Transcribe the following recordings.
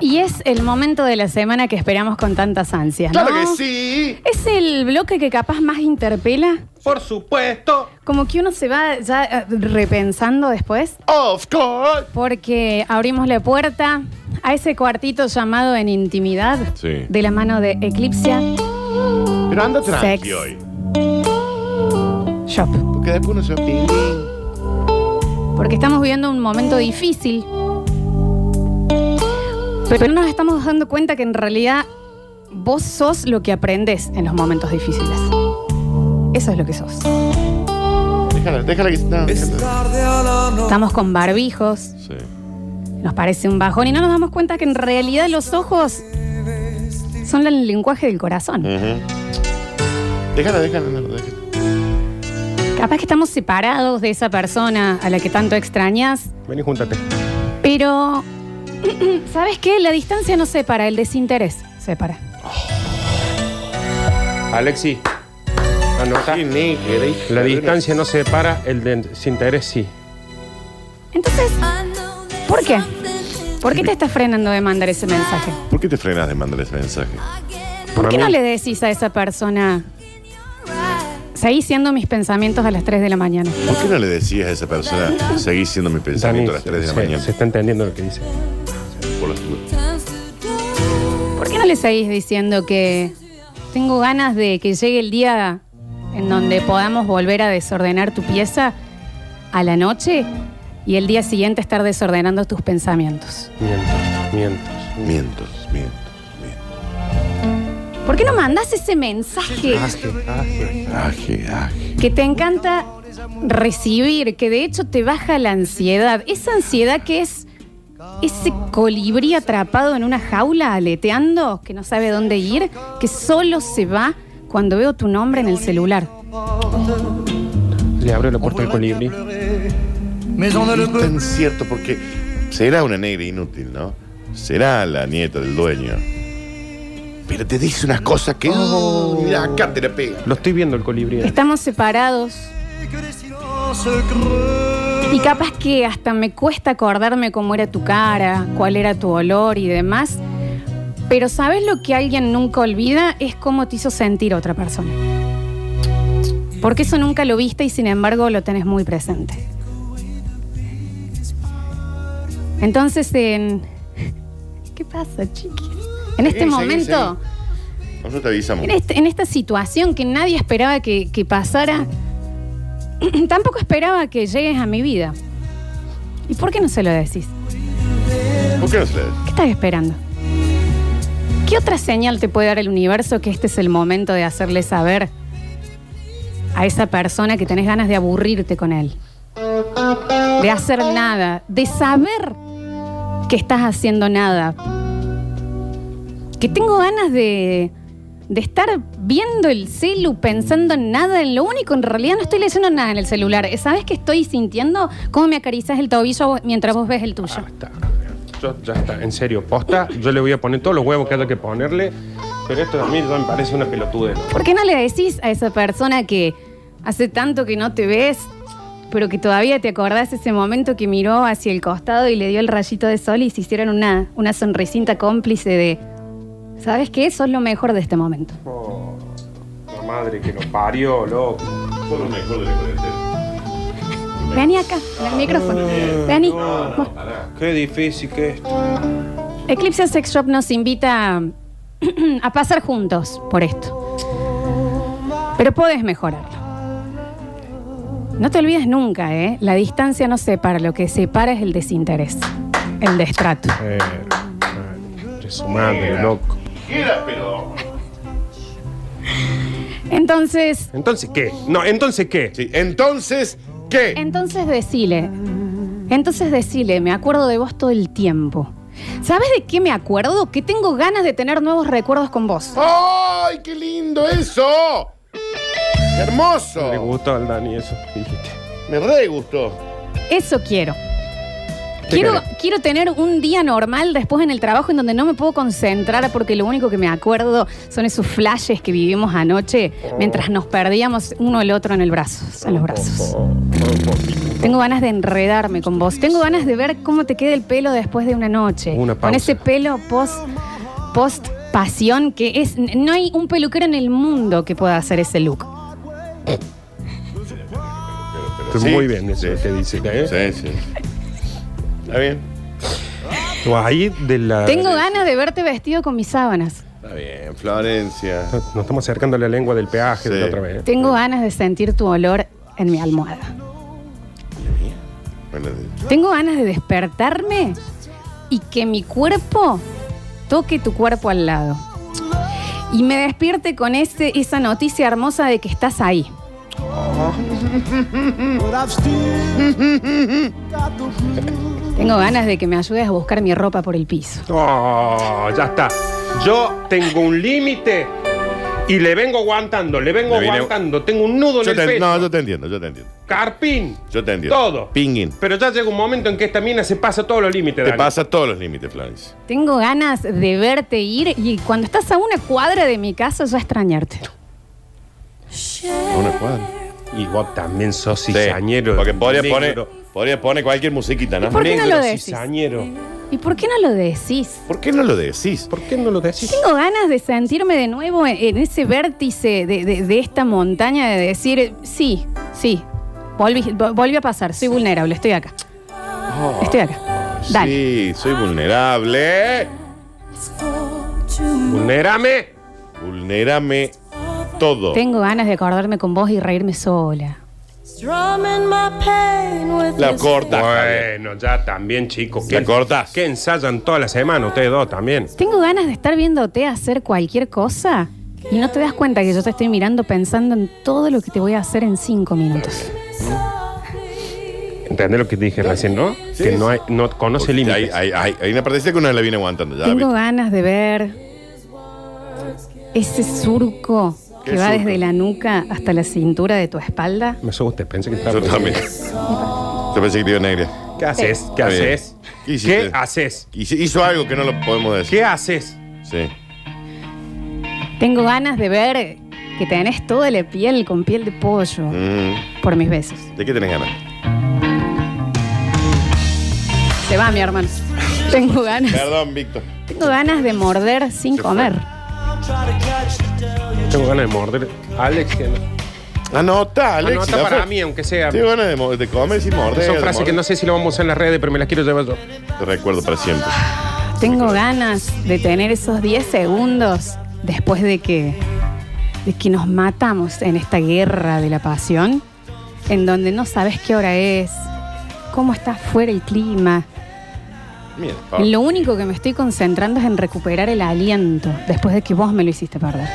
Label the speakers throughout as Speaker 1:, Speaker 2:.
Speaker 1: Y es el momento de la semana que esperamos con tantas ansias, ¿no?
Speaker 2: ¡Claro que sí!
Speaker 1: Es el bloque que capaz más interpela,
Speaker 2: ¡Por supuesto!
Speaker 1: como que uno se va ya eh, repensando después,
Speaker 2: ¡Of course!
Speaker 1: porque abrimos la puerta a ese cuartito llamado en intimidad
Speaker 3: Sí.
Speaker 1: de la mano de Eclipsia
Speaker 2: Pero anda tranqui
Speaker 1: Sex.
Speaker 2: hoy.
Speaker 1: Shop.
Speaker 2: Porque después no se opina.
Speaker 1: Porque estamos viviendo un momento difícil. Pero no nos estamos dando cuenta que en realidad vos sos lo que aprendes en los momentos difíciles. Eso es lo que sos.
Speaker 2: Déjala, déjala que. No, déjala.
Speaker 1: Estamos con barbijos,
Speaker 3: Sí.
Speaker 1: nos parece un bajón y no nos damos cuenta que en realidad los ojos son el lenguaje del corazón.
Speaker 2: Déjala, déjala, no, déjala.
Speaker 1: Capaz que estamos separados de esa persona a la que tanto extrañas,
Speaker 4: Vení, júntate.
Speaker 1: pero ¿sabes qué? La distancia no separa, el desinterés separa.
Speaker 4: Alexi, anota.
Speaker 2: Sí, ni que deje-
Speaker 4: Ah, La distancia no separa, el desinterés sí.
Speaker 1: Entonces, ¿por qué? ¿Por qué te estás frenando de mandar ese mensaje?
Speaker 3: ¿Por qué te frenas de mandar ese mensaje?
Speaker 1: ¿Por
Speaker 4: Para
Speaker 1: qué
Speaker 4: mí-
Speaker 1: no le decís a esa persona, seguís siendo mis pensamientos a las 3 de la mañana?
Speaker 3: ¿Por qué no le decías a esa persona, seguís siendo mi
Speaker 4: Dani,
Speaker 3: pensamiento a las 3 de la
Speaker 4: se-
Speaker 3: mañana?
Speaker 4: se está entendiendo lo que dice.
Speaker 3: Por las dudas.
Speaker 1: ¿Por qué no le seguís diciendo que tengo ganas de que llegue el día en donde podamos volver a desordenar tu pieza a la noche y el día siguiente estar desordenando tus pensamientos?
Speaker 4: Mientos, mientos.
Speaker 3: Mientos, mientos, mientos.
Speaker 1: ¿Por qué no mandás ese mensaje?
Speaker 3: Aje,
Speaker 2: ah,
Speaker 3: aje.
Speaker 1: que te encanta recibir, que de hecho te baja la ansiedad. Esa ansiedad que es ese colibrí atrapado en una jaula aleteando, que no sabe dónde ir, que solo se va cuando veo tu nombre en el celular.
Speaker 4: Le abro la puerta al colibrí.
Speaker 5: Mais on ne le
Speaker 2: Es
Speaker 5: peut
Speaker 2: tan cierto porque será una negra inútil, ¿no? Será la nieta del dueño. Pero te dice unas cosas que. Oh, mira, acá te la pega.
Speaker 4: Lo estoy viendo el colibrí. Dani.
Speaker 1: Estamos separados
Speaker 5: plus que les silences creux.
Speaker 1: y capaz que hasta me cuesta acordarme cómo era tu cara, cuál era tu olor y demás. Pero ¿sabes lo que alguien nunca olvida? Es cómo te hizo sentir otra persona. Porque eso nunca lo viste y sin embargo lo tenés muy presente. Entonces, en... ¿Qué pasa, chiquis? En este
Speaker 2: Seguí, seguí,
Speaker 1: momento,
Speaker 2: Nosotros te avisamos.
Speaker 1: en, este- en esta situación que nadie esperaba que, que pasara, tampoco esperaba que llegues a mi vida. ¿Y por qué no se lo decís?
Speaker 2: ¿Por qué no se la des?
Speaker 1: ¿Qué estás esperando? ¿Qué otra señal te puede dar el universo que este es el momento de hacerle saber a esa persona que tenés ganas de aburrirte con él? De hacer nada, de saber que estás haciendo nada. Que tengo ganas de, de estar viendo el celu, pensando en nada, en lo único, en realidad no estoy leyendo nada en el celular. ¿Sabes qué estoy sintiendo? ¿Cómo me acaricias el tobillo mientras vos ves el tuyo?
Speaker 4: Ya está. Yo- ya está, en serio, posta. Yo le voy a poner todos los huevos que haya que ponerle. Pero esto a mí ya me parece una pelotude.
Speaker 1: ¿Por qué no le decís a esa persona que hace tanto que no te ves, pero que todavía te acordás ese momento que miró hacia el costado y le dio el rayito de sol y se hicieron una, una sonrisinta cómplice de, ¿sabes qué? Sos lo mejor de este momento.
Speaker 4: La madre que nos parió, loco.
Speaker 3: Por lo mejor de la cuarentena.
Speaker 1: Vení acá, en el micrófono. Vení. Mo-
Speaker 4: Qué difícil que es.
Speaker 1: Eclipse Sex Shop nos invita a- a pasar juntos por esto. Pero podés mejorarlo. No te olvides nunca, ¿eh? La distancia no separa, lo que separa es el desinterés, el destrato.
Speaker 4: su Eh, madre, loco.
Speaker 2: Era, pero.
Speaker 1: Entonces,
Speaker 4: Entonces, ¿qué? No, entonces, ¿qué?
Speaker 2: Sí, entonces, ¿qué?
Speaker 1: entonces decile, entonces decile, me acuerdo de vos todo el tiempo. ¿Sabes de qué me acuerdo? Que tengo ganas de tener nuevos recuerdos con vos.
Speaker 2: ¡Ay, qué lindo eso! ¡Qué
Speaker 4: Le
Speaker 2: hermoso!
Speaker 4: gustó al Dani eso que dijiste.
Speaker 2: Me re gustó.
Speaker 1: Eso quiero. Quiero, quiero tener un día normal después en el trabajo en donde no me puedo concentrar porque lo único que me acuerdo son esos flashes que vivimos anoche mientras nos perdíamos uno el otro en el brazo, en los brazos. Tengo ganas de enredarme con vos. Tengo ganas de ver cómo te queda el pelo después de una noche.
Speaker 4: Una pausa.
Speaker 1: Con ese pelo post post pasión que es no hay un peluquero en el mundo que pueda hacer ese look.
Speaker 4: Estoy
Speaker 2: Sí,
Speaker 4: muy bien eso
Speaker 2: sí,
Speaker 4: que dice. ¿eh?
Speaker 2: Sí, sí. Está bien.
Speaker 4: O ahí de la.
Speaker 1: Tengo ganas de verte vestido con mis sábanas.
Speaker 2: Está bien, Florencia.
Speaker 4: Nos estamos acercando a la lengua del peaje de
Speaker 2: Sí.
Speaker 4: la otra vez. ¿eh?
Speaker 1: Tengo ganas de sentir tu olor en mi almohada.
Speaker 2: Bueno, de-
Speaker 1: Tengo ganas de despertarme y que mi cuerpo toque tu cuerpo al lado. Y me despierte con ese, esa noticia hermosa de que estás ahí. Tengo ganas de que me ayudes a buscar mi ropa por el piso.
Speaker 4: Oh, ya está. Yo tengo un límite y le vengo aguantando, le vengo
Speaker 2: Le viene-
Speaker 4: aguantando. Tengo un nudo en
Speaker 2: yo
Speaker 4: el
Speaker 2: te-
Speaker 4: pecho.
Speaker 2: no, yo te entiendo, yo te entiendo.
Speaker 4: Carpín.
Speaker 2: Yo te entiendo.
Speaker 4: Todo.
Speaker 2: Pinguín.
Speaker 4: Pero ya llega un momento en que esta mina se pasa todos los límites.
Speaker 2: Te
Speaker 4: Dani.
Speaker 2: pasa todos los límites, Florencia.
Speaker 1: Tengo ganas de verte ir y cuando estás a una cuadra de mi casa yo extrañarte.
Speaker 2: A una cuadra.
Speaker 4: Y vos también sos
Speaker 2: Sí,
Speaker 4: cizañero.
Speaker 2: Porque podría
Speaker 4: negro,
Speaker 2: poner, podría poner cualquier musiquita, ¿no?
Speaker 1: ¿Por qué no
Speaker 4: negro
Speaker 1: lo decís?
Speaker 4: cizañero.
Speaker 1: ¿Y por qué no lo decís?
Speaker 2: ¿Por qué no lo decís?
Speaker 4: ¿Por qué no lo decís?
Speaker 1: Tengo ganas de sentirme de nuevo en- en ese vértice de, de- de esta montaña de decir, eh, sí, sí, volví, vo- volvió a pasar, soy vulnerable, estoy acá. Estoy acá. Dale.
Speaker 2: Oh, Sí, soy vulnerable.
Speaker 4: Vulnerame.
Speaker 2: Vulnerame todo.
Speaker 1: Tengo ganas de acordarme con vos y reírme sola.
Speaker 2: La corta. Javier.
Speaker 4: Bueno, ya también, chicos.
Speaker 2: ¿La cortás?
Speaker 4: Que ensayan toda la semana, ustedes dos también.
Speaker 1: Tengo ganas de estar viéndote hacer cualquier cosa y no te das cuenta que yo te estoy mirando pensando en todo lo que te voy a hacer en cinco minutos.
Speaker 4: ¿Entendés lo que dije recién, no?
Speaker 2: Sí,
Speaker 4: que
Speaker 2: sí.
Speaker 4: no, hay, no conoce
Speaker 2: Porque Hay,
Speaker 4: límites.
Speaker 2: hay, hay, hay una partecita que uno la viene aguantando. Ya,
Speaker 1: Tengo
Speaker 2: ¿viste?
Speaker 1: ganas de ver ese surco que
Speaker 2: ¿Qué
Speaker 1: va desde
Speaker 2: surco?
Speaker 1: la nuca hasta la cintura de tu espalda.
Speaker 4: Me asusté, pensé que estaba.
Speaker 2: Yo también. Yo pensé que te iba negra.
Speaker 4: ¿Qué haces? ¿Qué
Speaker 2: Está bien.
Speaker 4: haces?
Speaker 2: ¿Qué
Speaker 4: ¿Qué
Speaker 2: hiciste?
Speaker 4: haces?
Speaker 2: Hizo hizo algo que no lo podemos decir.
Speaker 4: ¿Qué haces?
Speaker 2: Sí.
Speaker 1: Tengo ganas de ver que tenés toda la piel con piel de pollo
Speaker 2: Mm.
Speaker 1: por mis besos.
Speaker 2: ¿De qué tenés ganas?
Speaker 1: Se va, mi hermano. Tengo ganas.
Speaker 2: Perdón, Víctor.
Speaker 1: Tengo ganas de morder sin
Speaker 2: Se fue.
Speaker 1: comer.
Speaker 4: Tengo ganas de morder. Alex, que no.
Speaker 2: Anota, Alex.
Speaker 4: Anota
Speaker 2: ya
Speaker 4: para
Speaker 2: fue.
Speaker 4: mí, aunque sea.
Speaker 2: Tengo ganas de, mo- de comer sin morder.
Speaker 4: Son
Speaker 2: de
Speaker 4: frases que no
Speaker 2: morder.
Speaker 4: sé si lo vamos a usar en las redes, pero me las quiero llevar yo.
Speaker 2: Te recuerdo para siempre.
Speaker 1: Tengo ganas de tener esos 10 segundos después de que, de que nos matamos en esta guerra de la pasión, en donde no sabes qué hora es, cómo está fuera el clima.
Speaker 2: Mira,
Speaker 1: En lo único que me estoy concentrando es en recuperar el aliento después de que vos me lo hiciste perder.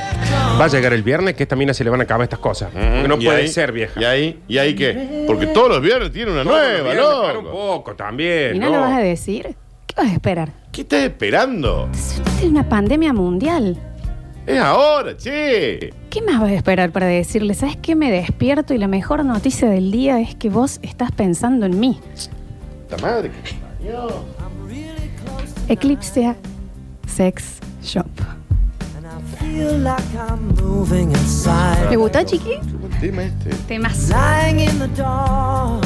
Speaker 4: Va a llegar el viernes que esta mina se le van a acabar estas cosas. Porque no
Speaker 2: Mm, ¿Y
Speaker 4: puede
Speaker 2: ahí?
Speaker 4: ser, vieja.
Speaker 2: ¿Y ahí? ¿Y ahí qué? Porque todos los viernes tiene una
Speaker 4: Todos los
Speaker 2: nueva,
Speaker 4: viernes, para un
Speaker 2: loco.
Speaker 4: poco
Speaker 2: Eh,
Speaker 4: también.
Speaker 1: ¿Y no,
Speaker 4: ¿no?
Speaker 1: lo vas a decir? ¿Qué vas a esperar?
Speaker 2: ¿Qué estás esperando?
Speaker 1: Es una pandemia mundial.
Speaker 2: Es ahora, che.
Speaker 1: ¿Qué más vas a esperar para decirle? ¿Sabes qué? Me despierto y la mejor noticia del día es que vos estás pensando en mí.
Speaker 2: La madre que te parió.
Speaker 1: Eclipse Sex Shop. ¿Te gustó, Chiqui?
Speaker 2: Qué buen tema este.
Speaker 1: Temas.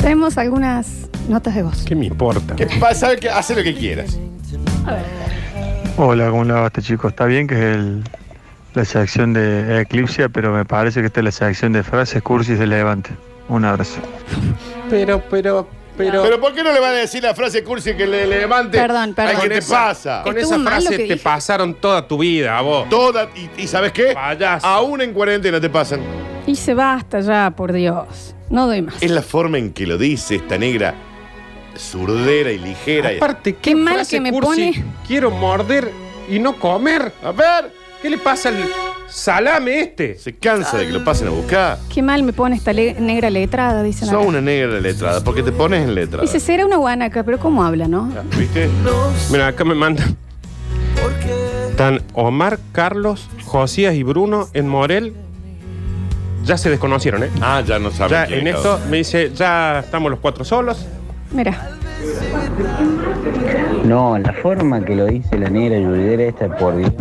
Speaker 1: Tenemos algunas notas de voz.
Speaker 4: ¿Qué me importa?
Speaker 2: ¿Qué pasa? Que hace lo que quieras.
Speaker 6: Hola, ¿cómo le va este chico? Está bien que es el- la sección de Eclipse, pero me parece que esta es la sección de frases cursis de Levante. Un abrazo.
Speaker 4: Pero, pero, pero.
Speaker 2: Pero ¿por qué no le van a decir la frase cursi que le, le levante?
Speaker 1: Perdón, perdón.
Speaker 2: Ay, ¿Qué te
Speaker 4: Con esa-
Speaker 2: pasa?
Speaker 4: Con
Speaker 1: Estuvo
Speaker 4: esa
Speaker 1: mal lo
Speaker 4: frase
Speaker 1: que
Speaker 4: te
Speaker 1: dije.
Speaker 4: pasaron toda tu vida a vos.
Speaker 2: Toda, y, y ¿sabes qué?
Speaker 4: Payaso.
Speaker 2: Aún en cuarentena te pasan.
Speaker 1: Y se basta ya, por Dios. No doy más.
Speaker 2: Es la forma en que lo dice esta negra zurdera y ligera. y-
Speaker 4: Aparte,
Speaker 1: Qué mal
Speaker 4: frase
Speaker 1: que me
Speaker 4: cursi?
Speaker 1: pone.
Speaker 4: Quiero morder y no comer.
Speaker 2: A ver,
Speaker 4: ¿Qué le pasa al salame este?
Speaker 2: se cansa de que lo pasen a buscar.
Speaker 1: Qué mal me pone esta le- negra letrada, dicen
Speaker 2: Sos
Speaker 1: acá.
Speaker 2: una negra letrada, porque te pones en letrada.
Speaker 1: Dice, será una guanaca, pero ¿cómo habla, no?
Speaker 2: Ah, ¿Viste?
Speaker 4: Mira, acá me mandan. Están Omar, Carlos, Josías y Bruno en Morel. Ya se desconocieron, ¿eh?
Speaker 2: Ah, ya no saben
Speaker 4: Ya
Speaker 2: quién
Speaker 4: en
Speaker 2: es
Speaker 4: esto me dice, ya estamos los cuatro solos.
Speaker 1: Mira,
Speaker 7: No, la forma que lo dice la negra Yulidera esta, por Dios.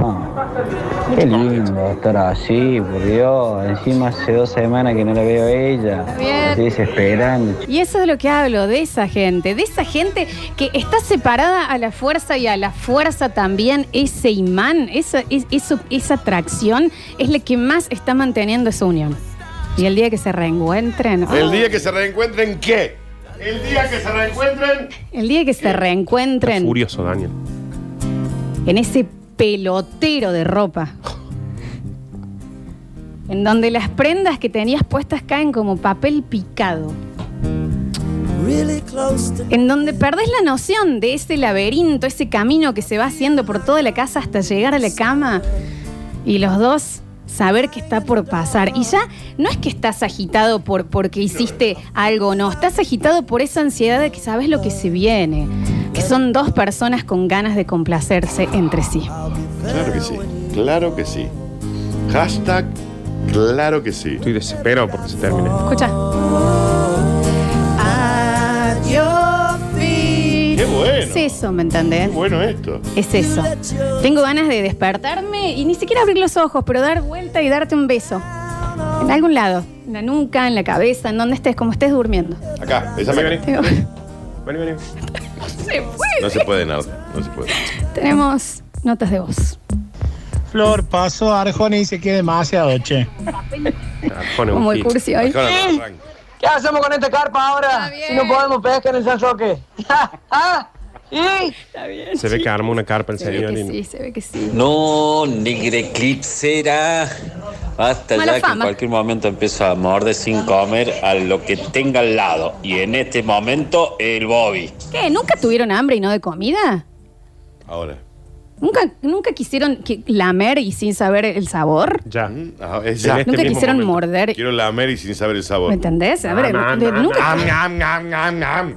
Speaker 7: Qué lindo estar así, por Dios. Encima hace dos semanas que no la veo a ella.
Speaker 1: bien.
Speaker 7: Estoy desesperando.
Speaker 1: Y eso es lo que hablo, de esa gente, de esa gente que está separada a la fuerza y a la fuerza también ese imán, esa, es- eso- esa atracción es la que más está manteniendo esa unión. Y el día que se reencuentren, oh,
Speaker 2: El día que se reencuentren, ¿qué? El día que se reencuentren.
Speaker 1: oh, el día que se
Speaker 4: Está
Speaker 1: reencuentren
Speaker 4: furioso, Daniel.
Speaker 1: en ese pelotero de ropa, en donde las prendas que tenías puestas caen como papel picado. En donde perdés la noción de ese laberinto, ese camino que se va haciendo por toda la casa hasta llegar a la cama. Y los dos saber que está por pasar. Y ya no es que estás agitado por porque hiciste algo, no. Estás agitado por esa ansiedad de que sabes lo que se viene. Que son dos personas con ganas de complacerse entre sí.
Speaker 2: Claro que sí. Claro que sí. Hashtag, claro que sí.
Speaker 4: Estoy desesperado porque se termine.
Speaker 1: Escucha.
Speaker 2: Qué bueno.
Speaker 1: Es eso, ¿me entendés?
Speaker 2: Qué bueno esto.
Speaker 1: Es eso. Tengo ganas de despertarme y ni siquiera abrir los ojos, pero dar vuelta y darte un beso. En algún lado. En la nuca, en la cabeza, en donde estés, como estés durmiendo.
Speaker 2: Acá, esa
Speaker 4: Vení, vení.
Speaker 2: me
Speaker 1: Tengo-
Speaker 4: Vení, vení.
Speaker 1: Se fue.
Speaker 2: No se puede nada. No se puede.
Speaker 1: Tenemos notas de voz.
Speaker 8: Flor pasó a Arjona y dice que es demasiado, che.
Speaker 4: Ah, pone un
Speaker 1: Como el
Speaker 4: hit.
Speaker 1: cursi hoy.
Speaker 2: Acá ahora arranca.
Speaker 9: ¿Qué hacemos con esta carpa ahora?
Speaker 1: bien.
Speaker 9: Si no podemos pescar en el San Roque. ¿Y?
Speaker 1: Está bien.
Speaker 4: Se ve que arma una carpa el
Speaker 1: Se ve
Speaker 4: señor.
Speaker 1: que
Speaker 4: y-
Speaker 1: sí, se ve que sí.
Speaker 10: No, negra eclipsera. Hasta
Speaker 1: Mala
Speaker 10: ya que
Speaker 1: fama.
Speaker 10: en cualquier momento empiezo a morder sin comer a lo que tenga al lado. Y en este momento, el Bobby.
Speaker 1: ¿Qué? ¿Nunca tuvieron hambre y no de comida?
Speaker 2: Ahora.
Speaker 1: ¿Nunca, nunca quisieron que- lamer y sin saber el sabor?
Speaker 4: Ya.
Speaker 2: Mm, ah, es
Speaker 4: En
Speaker 2: ya.
Speaker 4: este
Speaker 1: ¿Nunca
Speaker 4: mismo
Speaker 1: quisieron
Speaker 4: momento.
Speaker 1: morder?
Speaker 2: Quiero la Mary sin saber el sabor.
Speaker 1: ¿Me entendés? A ver,
Speaker 4: Ah,
Speaker 1: de-
Speaker 4: no, no,
Speaker 1: nunca.
Speaker 2: Am, am, am, am, am.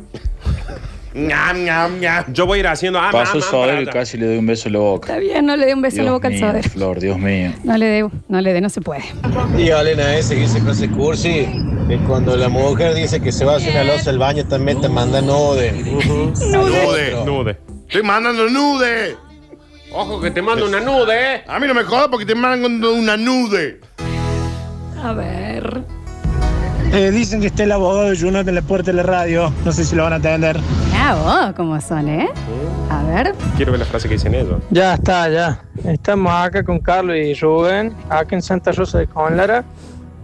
Speaker 2: Am, am, am.
Speaker 4: Yo voy a ir haciendo. Ah,
Speaker 11: Pasó
Speaker 4: mamá,
Speaker 11: Soder y
Speaker 4: para-
Speaker 11: casi le doy un beso en la boca.
Speaker 1: Está bien, no le dé un beso en la
Speaker 11: Dios
Speaker 1: boca al
Speaker 11: mío,
Speaker 1: saber.
Speaker 11: Flor, Dios mío.
Speaker 1: No le dé, no le dé, no se puede.
Speaker 8: Dígale a ese que dice cosas cursi, que cuando la mujer dice que se va a hacer una losa al baño también te manda noden.
Speaker 2: Nude.
Speaker 4: Nude.
Speaker 2: Estoy mandando nude.
Speaker 4: Ojo que te mando una nude, eh.
Speaker 2: A mí no me jodas porque te mando una nude.
Speaker 1: A ver.
Speaker 8: dicen que está el abogado de Junot en la puerta de la radio. No sé si lo van a atender.
Speaker 1: Mirá vos cómo son, ¿eh? A ver.
Speaker 4: Quiero ver la frase que dicen ellos.
Speaker 9: Ya está, ya. Estamos acá con Carlos y Rubén, acá en Santa Rosa de Conlara.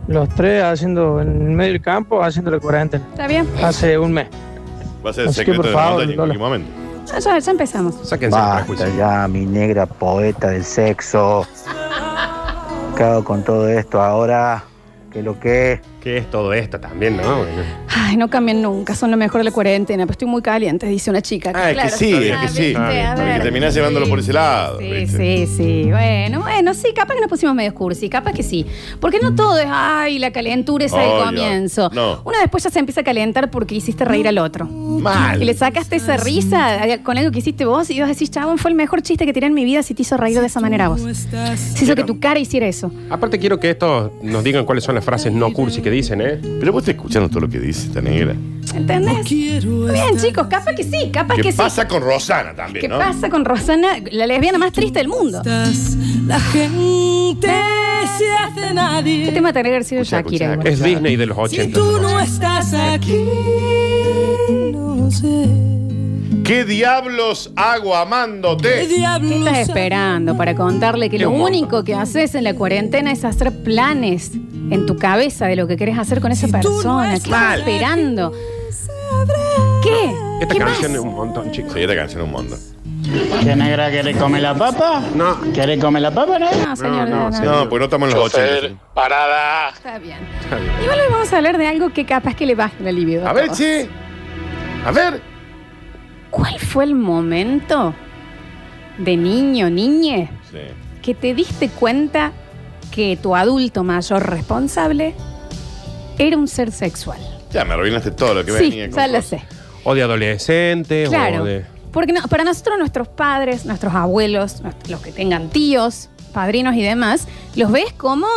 Speaker 9: Los tres haciendo en el medio del campo, haciendo la cuarentena.
Speaker 1: Está bien.
Speaker 9: Hace un mes.
Speaker 2: Va a ser el
Speaker 9: Así que,
Speaker 2: secreto
Speaker 9: por
Speaker 2: de la
Speaker 9: favor,
Speaker 2: montaña en
Speaker 9: Lola.
Speaker 2: cualquier momento.
Speaker 1: Ya, ya, ya empezamos.
Speaker 4: Sáquense el prejuicio.
Speaker 7: Basta ya, mi negra poeta del sexo. Cago con todo esto ahora. Que lo que es.
Speaker 4: ¿Qué es todo esto también, no? Bueno.
Speaker 1: Ay, no cambian nunca, son lo mejor de la cuarentena, pero estoy muy caliente, dice una chica.
Speaker 2: Ah, es que sí, es que sí.
Speaker 1: Ah, viste, a
Speaker 2: Porque
Speaker 1: ver.
Speaker 2: terminás llevándolo por ese lado,
Speaker 1: Sí,
Speaker 2: ¿viste?
Speaker 1: sí, sí. Bueno, bueno, sí, capaz que nos pusimos medio cursi, capaz que sí. Porque no todo es, ay, la calentura esa del
Speaker 2: Obvio.
Speaker 1: comienzo.
Speaker 2: No.
Speaker 1: Uno después ya se empieza a calentar porque hiciste reír al otro.
Speaker 2: Mal.
Speaker 1: Y le sacaste esa risa eh, con algo que hiciste vos y vos decís, chabón, fue el mejor chiste que tiré en mi vida si te hizo reír de esa manera a vos. Si hizo que tu cara hiciera eso.
Speaker 4: Aparte quiero que estos nos digan cuáles son las frases no cursi que dicen, ¿eh?
Speaker 2: Pero vos te escuchando todo lo que dice esta negra.
Speaker 1: ¿Entendés? Bien, chicos, capaz que sí, capaz
Speaker 2: ¿Qué
Speaker 1: que sí.
Speaker 2: pasa con Rosana también,
Speaker 1: ¿Qué
Speaker 2: no?
Speaker 1: pasa con Rosana, la lesbiana más triste del mundo?
Speaker 12: La gente se hace
Speaker 1: ¿Qué
Speaker 12: nadie.
Speaker 1: Este tema te agrega sido
Speaker 2: Escucha,
Speaker 1: Shakira?
Speaker 2: escucha,
Speaker 1: igual?
Speaker 4: Es Disney de los 80.
Speaker 12: Si tú no
Speaker 1: Este
Speaker 12: estás aquí, no sé.
Speaker 2: ¿Qué diablos hago amándote?
Speaker 12: ¿Qué diablos
Speaker 1: ¿Qué estás esperando para contarle que
Speaker 4: Qué
Speaker 1: lo
Speaker 4: humor.
Speaker 1: único que haces en la cuarentena es hacer planes en tu cabeza de lo que querés hacer con esa
Speaker 12: tú no
Speaker 1: persona? ¿Qué
Speaker 12: estás
Speaker 1: estás
Speaker 12: aquí,
Speaker 1: esperando?
Speaker 12: sabrás?
Speaker 1: ¿Qué?
Speaker 4: Esta
Speaker 1: ¿Qué más?
Speaker 4: canción es un montón, chicos.
Speaker 2: Sí, esta canción es un mundo.
Speaker 8: ¿Qué negra quiere comer la papa?
Speaker 4: No.
Speaker 8: ¿Quiere comer la papa, negra?
Speaker 1: No, señor,
Speaker 4: No, no,
Speaker 1: no, no.
Speaker 4: señor.
Speaker 2: No, pues no estamos en los 80.
Speaker 11: parada.
Speaker 1: Está bien.
Speaker 4: Está bien.
Speaker 1: Igual hoy vamos a hablar de algo que capaz que le baje la libido.
Speaker 2: A ver,
Speaker 1: todos.
Speaker 2: che. A ver.
Speaker 1: ¿Cuál fue el momento de niño, niñe,
Speaker 2: Sí.
Speaker 1: que te diste cuenta que tu adulto mayor responsable era un ser sexual?
Speaker 2: Ya me arruinaste todo lo que
Speaker 1: Sí,
Speaker 2: venía. con
Speaker 1: ya lo
Speaker 2: vos.
Speaker 1: sé.
Speaker 4: O de adolescentes, o
Speaker 1: Claro.
Speaker 4: de...
Speaker 1: Porque no- para nosotros, nuestros padres, nuestros abuelos, nuestros- los que tengan tíos, padrinos y demás, los ves como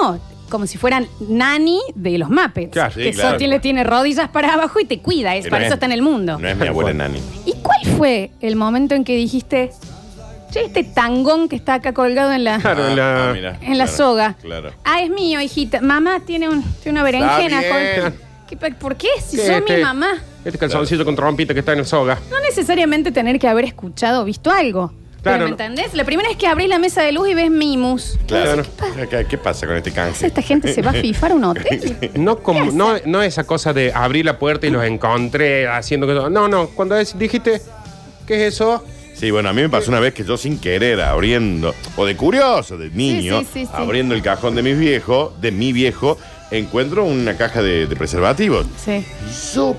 Speaker 1: como si fueran Nani de los Muppets.
Speaker 2: Claro, sí,
Speaker 1: que
Speaker 2: claro.
Speaker 1: Sotile tiene rodillas para abajo y te cuida. Es,
Speaker 2: Pero
Speaker 1: para
Speaker 2: es-
Speaker 1: eso está en el mundo.
Speaker 2: No es mi abuela Nani.
Speaker 1: ¿Y cuál fue el momento en que dijiste, che, este tangón que está acá colgado en la,
Speaker 4: Claro, en la-
Speaker 2: ah, mira,
Speaker 1: en la
Speaker 2: claro,
Speaker 1: soga?
Speaker 2: Claro.
Speaker 1: Ah, es mío, hijita. Mamá tiene, un, tiene una berenjena.
Speaker 2: Está
Speaker 1: con- ¿Qué pa- ¿Por qué? Si
Speaker 4: ¿Qué
Speaker 1: soy
Speaker 4: este?
Speaker 1: mi mamá.
Speaker 4: Este calzoncito con trompita que está en el soga.
Speaker 1: No necesariamente tener que haber escuchado o visto algo. Pero,
Speaker 4: Claro,
Speaker 1: ¿Me
Speaker 4: no.
Speaker 1: entendés? La primera es que abrís la mesa de luz y ves Mimus.
Speaker 2: Claro. ¿Qué, qué- qué pasa con este cáncer?
Speaker 1: Esta gente se va a fifar un hotel.
Speaker 4: No, como, no, no esa cosa de abrir la puerta y los encontré haciendo que... No, no, cuando es- dijiste, ¿qué es eso?
Speaker 2: Sí, bueno, a mí me pasó una vez que yo sin querer abriendo, o de curioso, de niño,
Speaker 1: sí, sí, sí.
Speaker 2: abriendo el cajón de mis viejos, de mi viejo, encuentro una caja de, de preservativos.
Speaker 1: Sí.
Speaker 2: Yo,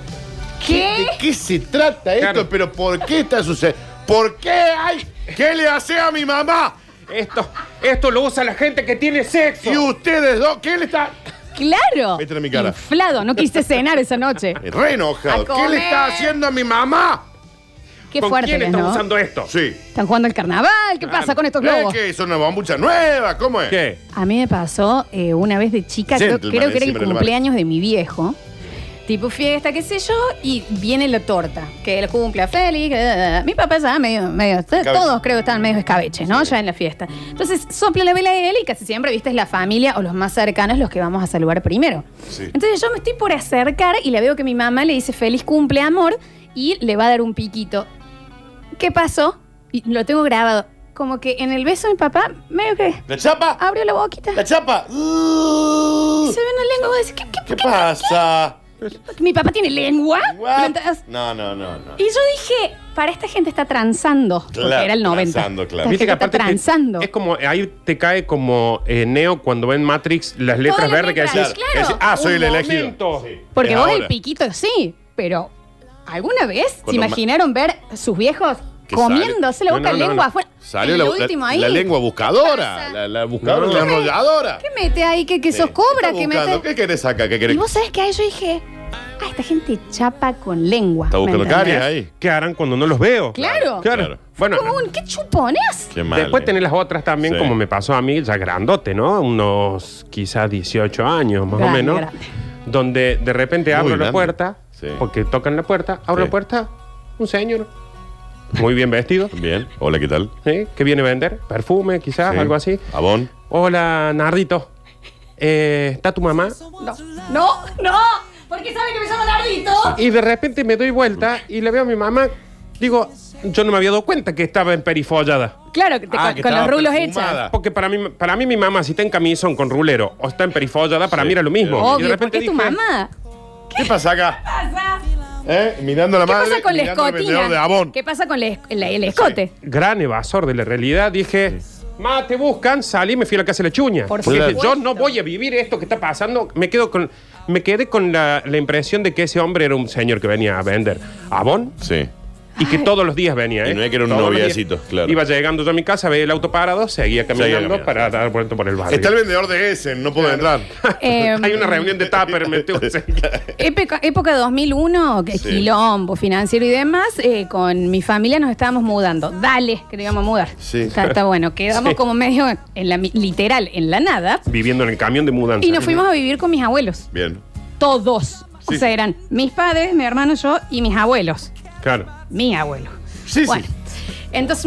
Speaker 2: ¿Qué? ¿De qué se trata esto? ¿Pero por qué está sucediendo? ¿Por qué hay? ¿Qué le hace a mi mamá?
Speaker 4: Esto, esto lo usa la gente que tiene sexo.
Speaker 2: ¿Y ustedes dos? ¿Qué le está...?
Speaker 1: Claro.
Speaker 2: Esta era mi cara.
Speaker 1: Inflado, no quisiste cenar esa noche.
Speaker 2: Re enojado.
Speaker 1: A
Speaker 2: ¿Qué le está
Speaker 1: comer.
Speaker 2: haciendo a mi mamá?
Speaker 1: Qué fuerte que es, ¿no?
Speaker 4: esto?
Speaker 2: Sí.
Speaker 1: Están jugando el carnaval, ¿qué pasa con estos
Speaker 2: ¿Eh?
Speaker 1: globos?
Speaker 2: ¿Qué? ¿Son una bombucha nueva? ¿Cómo es?
Speaker 4: ¿Qué?
Speaker 1: A mí me pasó eh, una vez de chica, creo,
Speaker 2: Gentleman, eh,
Speaker 1: creo que era el
Speaker 2: encima del bar.
Speaker 1: cumpleaños de mi viejo. Tipo fiesta, qué sé yo, y viene la torta, que el cumple a Félix. eh, mi papá ya medio, medio todos creo que estaban medio escabeches, ¿no? Ya en la fiesta. Entonces sopla la vela de él y casi siempre, viste, es la familia o los más cercanos los que vamos a saludar primero.
Speaker 2: Sí.
Speaker 1: Entonces yo me estoy por acercar y la veo que mi mamá le dice feliz cumple, amor, y le va a dar un piquito. ¿Qué pasó? Y lo tengo grabado. Como que en el beso de mi papá, medio que
Speaker 2: ¿La chapa?
Speaker 1: abrió la boquita.
Speaker 2: ¿La chapa? Uh,
Speaker 1: Y se ve una lengua. vos decís, ¿qué, qué,
Speaker 2: ¿Qué
Speaker 1: qué-
Speaker 2: pasa?
Speaker 1: qué? mi papá tiene lengua? ¿Me entendés?
Speaker 2: No, no, no, no.
Speaker 1: Y yo dije, para esta gente está transando.
Speaker 2: Claro,
Speaker 1: porque era el 90.
Speaker 2: transando, claro.
Speaker 1: Esta
Speaker 4: Viste que
Speaker 1: gente
Speaker 4: aparte
Speaker 1: está
Speaker 4: te-
Speaker 1: transando.
Speaker 4: es como, ahí te cae como eh, Neo cuando ven Matrix las letras
Speaker 1: Todas las
Speaker 4: verdes que
Speaker 1: letras,
Speaker 4: decís.
Speaker 1: claro.
Speaker 2: Es- ah, soy
Speaker 4: Un
Speaker 2: el elegido.
Speaker 4: momento.
Speaker 1: Porque
Speaker 2: Es
Speaker 1: vos
Speaker 2: ahora.
Speaker 1: el piquito sí, pero ¿alguna vez se
Speaker 2: Cuando ma-
Speaker 1: imaginaron ver a sus viejos
Speaker 2: Que sale-
Speaker 1: comiéndose la
Speaker 2: No,
Speaker 1: boca
Speaker 2: no, no,
Speaker 1: lengua
Speaker 2: no.
Speaker 1: afuera?
Speaker 2: Salió
Speaker 1: El
Speaker 2: la,
Speaker 1: último
Speaker 2: la-
Speaker 1: ahí.
Speaker 2: la lengua buscadora, la, la buscadora,
Speaker 4: No.
Speaker 2: la enrolladora.
Speaker 1: ¿Qué mete ahí? ¿Qué, que sos
Speaker 2: Está
Speaker 1: cobra? ¿Qué
Speaker 2: buscando,
Speaker 1: mete?
Speaker 2: ¿Qué querés sacar? ¿Qué querés?
Speaker 1: Y vos sabés que ahí yo dije, ah, esta gente chapa con lengua.
Speaker 2: Está
Speaker 1: ¿me
Speaker 2: buscando
Speaker 1: entendés?
Speaker 2: caries ahí.
Speaker 4: ¿Qué harán cuando no los veo?
Speaker 1: Claro.
Speaker 4: Claro. Bueno,
Speaker 1: Como un, ¿Qué chupones?
Speaker 2: Qué mal. eh.
Speaker 4: después tenés las otras también,
Speaker 2: Sí.
Speaker 4: como me pasó a mí, ya grandote, ¿no? Unos quizás 18 años más
Speaker 1: Grande,
Speaker 4: o menos.
Speaker 1: grande.
Speaker 4: Donde de repente
Speaker 2: Muy
Speaker 4: abro la
Speaker 2: grande.
Speaker 4: puerta,
Speaker 2: Sí.
Speaker 4: porque tocan la puerta, abro
Speaker 2: Sí.
Speaker 4: la puerta, un señor muy bien vestido,
Speaker 2: Bien. Hola, ¿qué tal?
Speaker 4: ¿sí? que viene a vender perfume, quizás,
Speaker 2: Sí.
Speaker 4: Ah, algo así.
Speaker 2: Abón.
Speaker 4: Hola, Nardito. Eh, ¿Está tu mamá?
Speaker 1: No, no, no. Porque sabe que me llamo Nardito.
Speaker 4: Y de repente me doy vuelta y le veo a mi mamá. Digo, yo no me había dado cuenta que estaba en perifollada.
Speaker 1: Claro, que te-
Speaker 2: Ah,
Speaker 1: con,
Speaker 2: que
Speaker 1: con los
Speaker 2: estaba
Speaker 1: rulos
Speaker 2: perfumada.
Speaker 1: hechos.
Speaker 4: Porque para mí, para mí mi mamá, si está en camisón con rulero o está en perifollada, para
Speaker 2: Sí,
Speaker 4: mí era lo mismo.
Speaker 2: era lo
Speaker 4: Y de
Speaker 1: Obvio,
Speaker 4: repente
Speaker 1: porque es tu
Speaker 4: dije,
Speaker 1: mamá.
Speaker 2: ¿Qué pasa acá?
Speaker 1: Pasa.
Speaker 2: ¿Eh? Mirando a la
Speaker 1: ¿Qué
Speaker 2: madre.
Speaker 1: pasa con la
Speaker 2: mirando al vendedor de
Speaker 1: escotina?
Speaker 2: Avon.
Speaker 1: ¿Qué pasa con la es- la- el escote?
Speaker 4: Gran evasor de la realidad. Dije, ma, te buscan, salí, me fui a la casa de la chuña.
Speaker 1: Por
Speaker 4: Dije,
Speaker 1: supuesto.
Speaker 4: yo no voy a vivir esto que está pasando. Me quedo con... Me quedé con la, la impresión de que ese hombre era un señor que venía a vender abón
Speaker 2: Sí.
Speaker 4: Y que todos los días venía,
Speaker 2: Y
Speaker 4: ¿eh?
Speaker 2: no es que era un
Speaker 4: Todos los
Speaker 2: noviecito,
Speaker 4: días.
Speaker 2: claro.
Speaker 4: Iba llegando yo a mi casa, veía el auto parado, seguía caminando,
Speaker 2: caminando.
Speaker 4: para dar vuelta por el barrio.
Speaker 2: Está el vendedor de ese, no puedo entrar.
Speaker 1: Eh,
Speaker 4: Hay una reunión de Tupper, metió un señor.
Speaker 1: Época, época 2001, que
Speaker 2: Sí.
Speaker 1: quilombo financiero y demás, eh, con mi familia nos estábamos mudando. Dale, que nos íbamos a mudar.
Speaker 2: Sí.
Speaker 1: Está, está bueno, quedamos
Speaker 4: Sí.
Speaker 1: como medio, en la, mi- literal, en la nada.
Speaker 4: Viviendo en el camión de mudanza.
Speaker 1: Y nos fuimos a vivir con mis abuelos.
Speaker 2: Bien.
Speaker 1: Todos. O
Speaker 2: Sí.
Speaker 1: sea, eran mis padres, mi hermano, yo y mis abuelos.
Speaker 4: Claro.
Speaker 1: Mi abuelo.
Speaker 2: Sí, sí.
Speaker 1: bueno, entonces.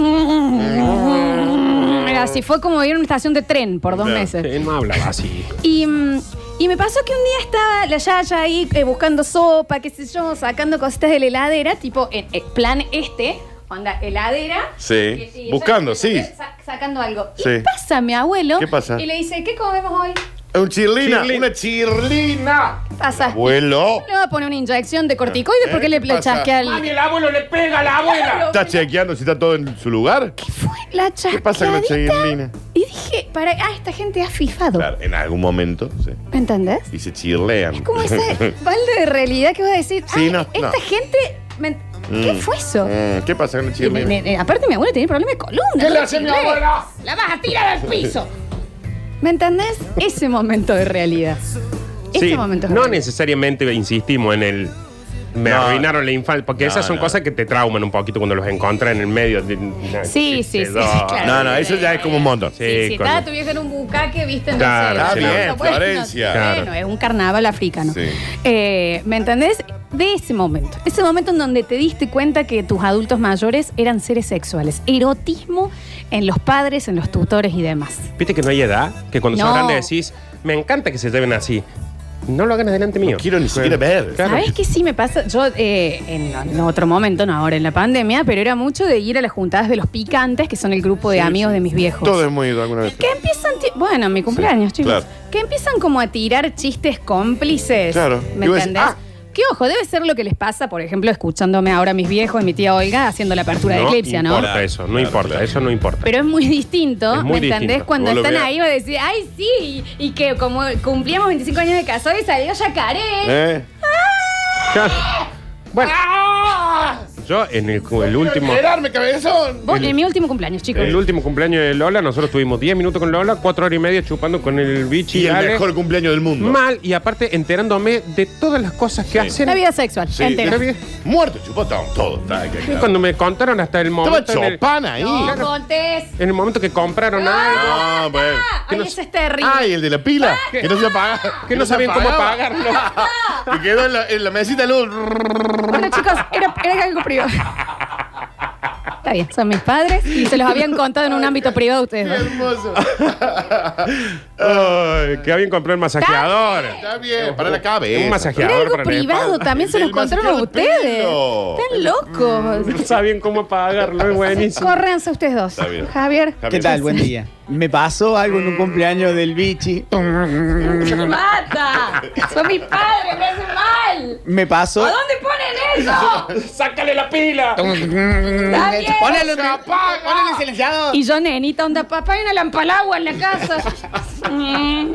Speaker 1: mm, era así fue como ir a una estación de tren por dos
Speaker 2: Claro.
Speaker 1: meses.
Speaker 4: Sí, no hablaba así.
Speaker 1: Y, mm, y me pasó que un día estaba la Yaya ahí eh, buscando sopa, qué sé yo, sacando cositas de la heladera, tipo en eh, plan este, onda, heladera.
Speaker 2: Sí.
Speaker 1: Y- y
Speaker 2: Buscando, sí.
Speaker 1: sa- sacando algo.
Speaker 2: Sí.
Speaker 1: Y pasa mi abuelo.
Speaker 2: ¿Qué pasa?
Speaker 1: Y le dice, ¿qué comemos hoy?
Speaker 2: Un chirlina,
Speaker 4: Chirlina.
Speaker 2: una chirlina.
Speaker 1: ¿Qué pasa?
Speaker 2: Abuelo.
Speaker 1: Le va a poner una inyección de corticoides
Speaker 2: ¿Eh?
Speaker 1: porque le,
Speaker 2: ¿Qué
Speaker 1: le
Speaker 2: pasa?
Speaker 1: chasquea al.
Speaker 4: Ah, el abuelo le pega a la abuela!
Speaker 2: ¿Estás chequeando si está todo en su lugar?
Speaker 1: Fue la
Speaker 2: ¿Qué pasa con la
Speaker 1: chasqueadita.
Speaker 2: chirlina?
Speaker 1: Y dije, para, ah, esta gente ha fifado.
Speaker 2: Claro, en algún momento, sí.
Speaker 1: ¿Me entendés?
Speaker 2: Y se chirlean.
Speaker 1: Como ese balde de realidad que vas a decir,
Speaker 2: Sí,
Speaker 1: "Ay,
Speaker 2: no,
Speaker 1: esta
Speaker 2: no.
Speaker 1: gente. me- ¿Qué
Speaker 2: Mm.
Speaker 1: fue eso?
Speaker 2: Mm, ¿Qué pasa con
Speaker 1: Y
Speaker 2: la
Speaker 1: me-
Speaker 2: chirlina?
Speaker 1: me- me- aparte, mi abuela tenía problema de columna.
Speaker 2: ¿Qué
Speaker 1: no
Speaker 2: le
Speaker 1: la
Speaker 2: hace mi
Speaker 1: chirlé.
Speaker 2: abuela?
Speaker 1: ¡La vas a tirar al piso! ¿Me entendés? Ese momento de realidad. Ese
Speaker 4: Sí,
Speaker 1: Este momento de
Speaker 4: no
Speaker 1: realidad.
Speaker 4: necesariamente insistimos en el Me
Speaker 2: No.
Speaker 4: arruinaron la infancia. Porque
Speaker 2: No,
Speaker 4: esas son
Speaker 2: no.
Speaker 4: cosas que te trauman un poquito cuando los encuentras en el medio. de-
Speaker 1: Sí,
Speaker 4: que
Speaker 1: sí,
Speaker 4: te
Speaker 1: sí,
Speaker 4: da-
Speaker 1: claro. No, no, eso
Speaker 2: ya es como un montón.
Speaker 1: Si
Speaker 4: Sí, con-
Speaker 1: estaba tu vieja en un bucaque, viste, no
Speaker 4: Claro,
Speaker 1: sé,
Speaker 4: está
Speaker 1: bueno,
Speaker 4: bien,
Speaker 1: bueno,
Speaker 4: Florencia.
Speaker 1: Bueno,
Speaker 4: Claro.
Speaker 1: es un carnaval africano. Eh, ¿Me entendés? De ese momento. Ese momento en donde te diste cuenta que tus adultos mayores eran seres sexuales. Erotismo en los padres, en los tutores y demás.
Speaker 4: Viste que no hay edad, que cuando
Speaker 1: No.
Speaker 4: son grandes decís, me encanta que se lleven así. No lo hagan delante mío. quiero ni siquiera ver.
Speaker 1: ¿Sabes qué sí me pasa? Yo, eh, en, en otro momento, no ahora en la pandemia, pero era mucho de ir a las juntadas de los picantes, que son el grupo de amigos de mis viejos.
Speaker 2: Todo es muy ido alguna vez.
Speaker 1: Que empiezan, ti- bueno, mi cumpleaños, chicos.
Speaker 2: claro.
Speaker 1: Que empiezan como a tirar chistes cómplices.
Speaker 2: Claro.
Speaker 1: ¿Me
Speaker 2: Y vos decís,
Speaker 1: entendés?
Speaker 4: "Ah".
Speaker 1: Que ojo, debe ser lo que les pasa, por ejemplo, escuchándome ahora a mis viejos y mi tía Olga haciendo la apertura de Eclipse, ¿no?
Speaker 4: importa eso, no importa, eso no importa.
Speaker 1: Pero es muy distinto,
Speaker 4: Es muy
Speaker 1: ¿me entendés?
Speaker 4: distinto.
Speaker 1: Cuando
Speaker 4: Vos lo
Speaker 1: están
Speaker 4: veas.
Speaker 1: ahí va a decir, ay, sí, y que como cumplíamos 25 años de casado y salió yacaré.
Speaker 4: ¿Eh? Claro. Bueno,
Speaker 1: ¡Ah!
Speaker 4: yo en el, cu- el último.
Speaker 2: ¡Quedarme, cabezón!
Speaker 1: Vos,
Speaker 4: El-
Speaker 1: en mi último cumpleaños, chicos.
Speaker 4: El último cumpleaños de Lola, nosotros tuvimos 10 minutos con Lola, 4 horas y media chupando con el bichi.
Speaker 2: Y el mejor
Speaker 4: cumpleaños del mundo. Mal, y aparte enterándome de todas las cosas que hacen.
Speaker 1: La vida sexual,
Speaker 4: Sí,
Speaker 1: entera.
Speaker 4: la vida-
Speaker 2: Muerto, chupotón, todo. Está, que-
Speaker 4: Y cuando me contaron hasta el
Speaker 2: Estaba
Speaker 4: momento. en el-
Speaker 2: Chopin ahí.
Speaker 1: No,
Speaker 4: Claro.
Speaker 1: contés.
Speaker 4: En el momento que compraron algo.
Speaker 2: No, pues.
Speaker 1: Ah, Ay, ese es terrible. Ah,
Speaker 2: Ay, el de la pila.
Speaker 4: ¿Qué?
Speaker 2: Que no se apaga.
Speaker 4: Que no sabían cómo apagarlo.
Speaker 2: Que quedó en la, en la mesita de luz.
Speaker 1: Bueno, chicos, era, era algo privado. Está bien, son mis padres y se los habían contado en un ámbito privado a ustedes. dos.
Speaker 2: Hermoso.
Speaker 4: Ay, que habían comprado el masajeador.
Speaker 2: Está bien, para la cabeza.
Speaker 4: Un
Speaker 1: Era
Speaker 4: masajeador
Speaker 1: algo
Speaker 4: para la
Speaker 1: privado,
Speaker 4: espalda.
Speaker 1: también se los contaron a ustedes.
Speaker 4: pelo.
Speaker 1: Están locos.
Speaker 4: No sabían cómo apagarlo, es buenísimo.
Speaker 1: Córranse ustedes dos.
Speaker 4: Está bien.
Speaker 1: Javier.
Speaker 13: ¿Qué tal? Buen día. Me pasó algo en un cumpleaños del bichi.
Speaker 1: ¡Mata! ¡Son mis padres! ¡Me hacen mal!
Speaker 13: Me pasó.
Speaker 1: ¿A dónde ponen eso?
Speaker 4: ¡Sácale la pila!
Speaker 13: Mm,
Speaker 1: Está bien.
Speaker 13: Ponele un- ponele un silenciador.
Speaker 1: Y yo, nenita, onda, papá, hay una lampalagua en la casa. Mm.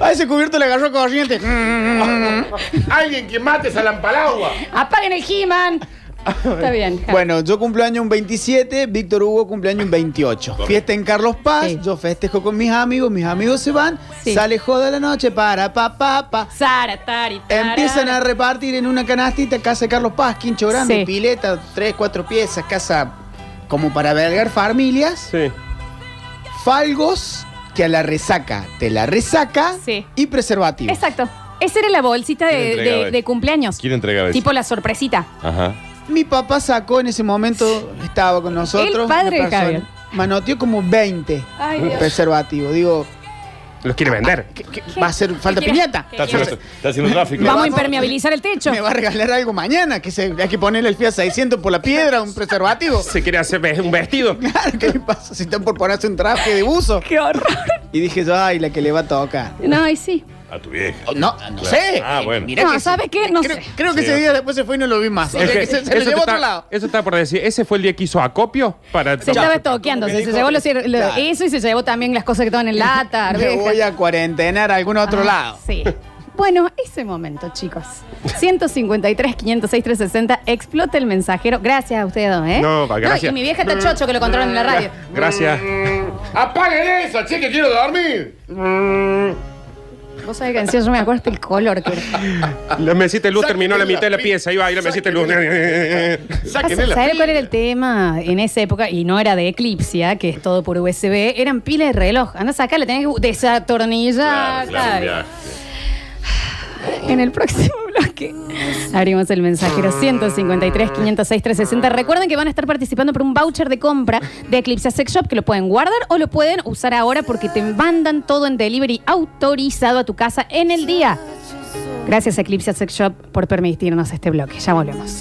Speaker 13: A ese cubierto le agarró corriente. Mm.
Speaker 2: Alguien que mate esa lampalagua.
Speaker 1: Apaguen el He-Man. Está bien. Javier.
Speaker 13: Bueno, yo cumpleaños un 27, Víctor Hugo cumpleaños un 28. Fiesta en Carlos Paz, yo festejo con mis amigos, mis amigos se van, sale joda la noche, para, pa, pa, pa.
Speaker 1: Sara, Tari, tara.
Speaker 13: Empiezan a repartir en una canastita casa de Carlos Paz, quincho grande,
Speaker 1: Sí.
Speaker 13: pileta, tres, cuatro piezas, casa como para albergar familias. Falgos que a la resaca, te la resaca y preservativo.
Speaker 1: Exacto. Esa era la bolsita de,
Speaker 13: ¿Quién entrega
Speaker 1: de-
Speaker 13: eso?
Speaker 1: de cumpleaños.
Speaker 13: ¿Quién entrega eso?
Speaker 1: Tipo la sorpresita.
Speaker 2: Ajá.
Speaker 13: Mi papá sacó en ese momento, estaba con nosotros.
Speaker 1: El padre
Speaker 13: una
Speaker 1: de
Speaker 13: persona,
Speaker 1: Javier.
Speaker 13: Manoteó como 20
Speaker 1: Ay, Dios.
Speaker 13: preservativos. Digo,
Speaker 4: Los quiere vender.
Speaker 13: va a hacer falta
Speaker 1: ¿Qué
Speaker 13: piñata.
Speaker 1: quieres? ¿Qué quieres?
Speaker 13: Me
Speaker 1: Vamos
Speaker 13: va-
Speaker 1: a impermeabilizar el techo.
Speaker 13: Me va a regalar algo mañana, que se, hay que ponerle el Fiat 600 por la piedra, un preservativo.
Speaker 4: Se quiere hacer ve- un vestido.
Speaker 13: Claro, ¿qué le pasa si están por ponerse un traje de buzo?
Speaker 1: ¡Qué horror!
Speaker 13: Y dije yo, ay, la que le va a tocar.
Speaker 1: No, y sí.
Speaker 2: A tu vieja.
Speaker 13: Oh, no, no sé. Eh,
Speaker 4: Ah, bueno.
Speaker 1: no, ¿sabes qué? No sé.
Speaker 13: Creo que
Speaker 4: Sí,
Speaker 13: ese
Speaker 4: ok.
Speaker 13: día después se fue y no lo vi más.
Speaker 4: Es que
Speaker 13: se, se lo
Speaker 4: eso te
Speaker 13: llevó
Speaker 4: está-
Speaker 13: a otro lado.
Speaker 4: Eso está por decir. Ese fue el día que hizo acopio para.
Speaker 1: Se estaba estoqueando, se, se llevó los- lo-
Speaker 13: Claro.
Speaker 1: eso y se llevó también las cosas que estaban en lata,
Speaker 13: Me
Speaker 1: arvejas.
Speaker 13: voy a cuarentenar a algún otro
Speaker 1: Ah,
Speaker 13: lado.
Speaker 1: Sí. Bueno, ese momento, chicos. 153, 506, 360. Explota el mensajero. Gracias a ustedes dos, ¿eh?
Speaker 4: No, va, gracias.
Speaker 1: y mi vieja está chocho que lo controlan en la radio.
Speaker 4: Gracias.
Speaker 2: Mm, ¡Apaguen eso, che, que quiero dormir!
Speaker 4: Mm.
Speaker 1: Vos sabés canción, yo me acuerdo hasta el color que era.
Speaker 2: Ah.
Speaker 4: La mesita de luz terminó la mitad de la pieza. Iba ahí la mesita de luz.
Speaker 1: Pasa, ¿Sabés cuál era el tema en esa época? Y no era de Eclipsia, que es todo por USB. Eran pilas de reloj. Anda, saca, le tenés que desatornillar. tal. En el próximo bloque abrimos el mensajero 153 506 360. Recuerden que van a estar participando por un voucher de compra de Eclipse Sex Shop que lo pueden guardar o lo pueden usar ahora porque te mandan todo en delivery autorizado a tu casa en el día. Gracias Eclipse Sex Shop por permitirnos este bloque. Ya volvemos.